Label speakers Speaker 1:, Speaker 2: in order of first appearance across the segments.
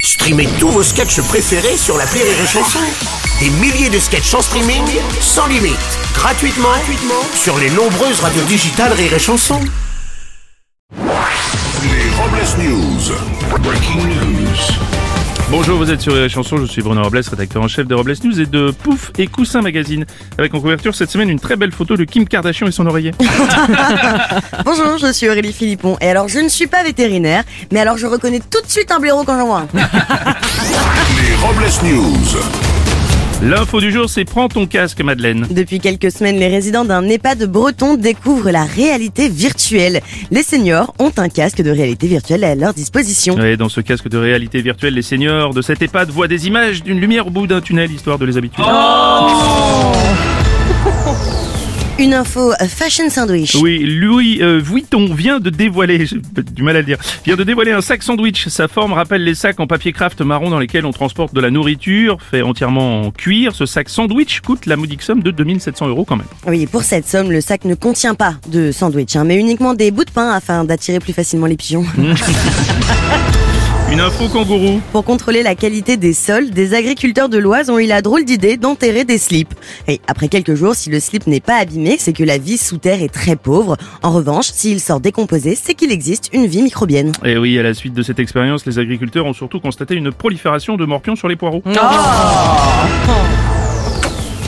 Speaker 1: Streamez tous vos sketchs préférés sur la Rire et Chanson. Des milliers de sketchs en streaming, sans limite, gratuitement, gratuitement sur les nombreuses radios digitales Rire et Chanson.
Speaker 2: Les Robles News. Breaking news.
Speaker 3: Bonjour, vous êtes sur les chansons, je suis Bruno Robles, rédacteur en chef de Robles News et de Pouf et Coussin Magazine. Avec en couverture cette semaine une très belle photo de Kim Kardashian et son oreiller.
Speaker 4: Bonjour, je suis Aurélie Philippon. Et alors, je ne suis pas vétérinaire, mais alors je reconnais tout de suite un blaireau quand j'en vois un.
Speaker 2: Les Robles News.
Speaker 3: L'info du jour c'est prends ton casque Madeleine.
Speaker 4: Depuis quelques semaines, les résidents d'un EHPAD breton découvrent la réalité virtuelle. Les seniors ont un casque de réalité virtuelle à leur disposition.
Speaker 3: Ouais, dans ce casque de réalité virtuelle, les seniors de cette EHPAD voient des images d'une lumière au bout d'un tunnel histoire de les habituer.
Speaker 4: Une info euh, fashion sandwich.
Speaker 3: Oui, Louis euh, Vuitton vient de dévoiler, j'ai du mal à le dire, vient de dévoiler un sac sandwich. Sa forme rappelle les sacs en papier craft marron dans lesquels on transporte de la nourriture, fait entièrement en cuir. Ce sac sandwich coûte la modique somme de 2700 euros quand même.
Speaker 4: Oui, et pour cette somme, le sac ne contient pas de sandwich, hein, mais uniquement des bouts de pain afin d'attirer plus facilement les pigeons.
Speaker 3: Une info kangourou.
Speaker 4: Pour contrôler la qualité des sols, des agriculteurs de l'Oise ont eu la drôle d'idée d'enterrer des slips. Et après quelques jours, si le slip n'est pas abîmé, c'est que la vie sous terre est très pauvre. En revanche, s'il sort décomposé, c'est qu'il existe une vie microbienne.
Speaker 3: Et Eh oui, à la suite de cette expérience, les agriculteurs ont surtout constaté une prolifération de morpions sur les poireaux.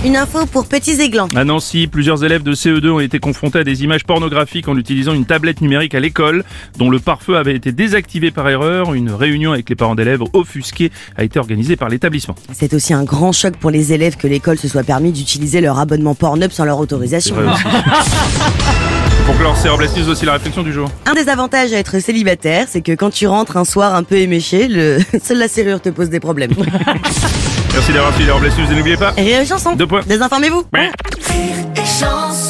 Speaker 4: Une info pour petits églants.
Speaker 3: À Nancy, Ah plusieurs élèves de CE2 ont été confrontés à des images pornographiques en utilisant une tablette numérique à l'école, dont le pare-feu avait été désactivé par erreur. Une réunion avec les parents d'élèves offusqués a été organisée par l'établissement.
Speaker 4: C'est aussi un grand choc pour les élèves que l'école se soit permis d'utiliser leur abonnement Pornhub sans leur autorisation.
Speaker 3: Ouais, aussi. Pour clore, c'est Robles News, voici la réflexion du jour.
Speaker 4: Un des avantages à être célibataire, c'est que quand tu rentres un soir un peu éméché, le... seule la serrure te pose des problèmes.
Speaker 3: Merci d'avoir suivi les Robles News et n'oubliez pas,
Speaker 4: Et chanson.
Speaker 3: Deux points.
Speaker 4: Désinformez-vous.
Speaker 5: rire et chanson.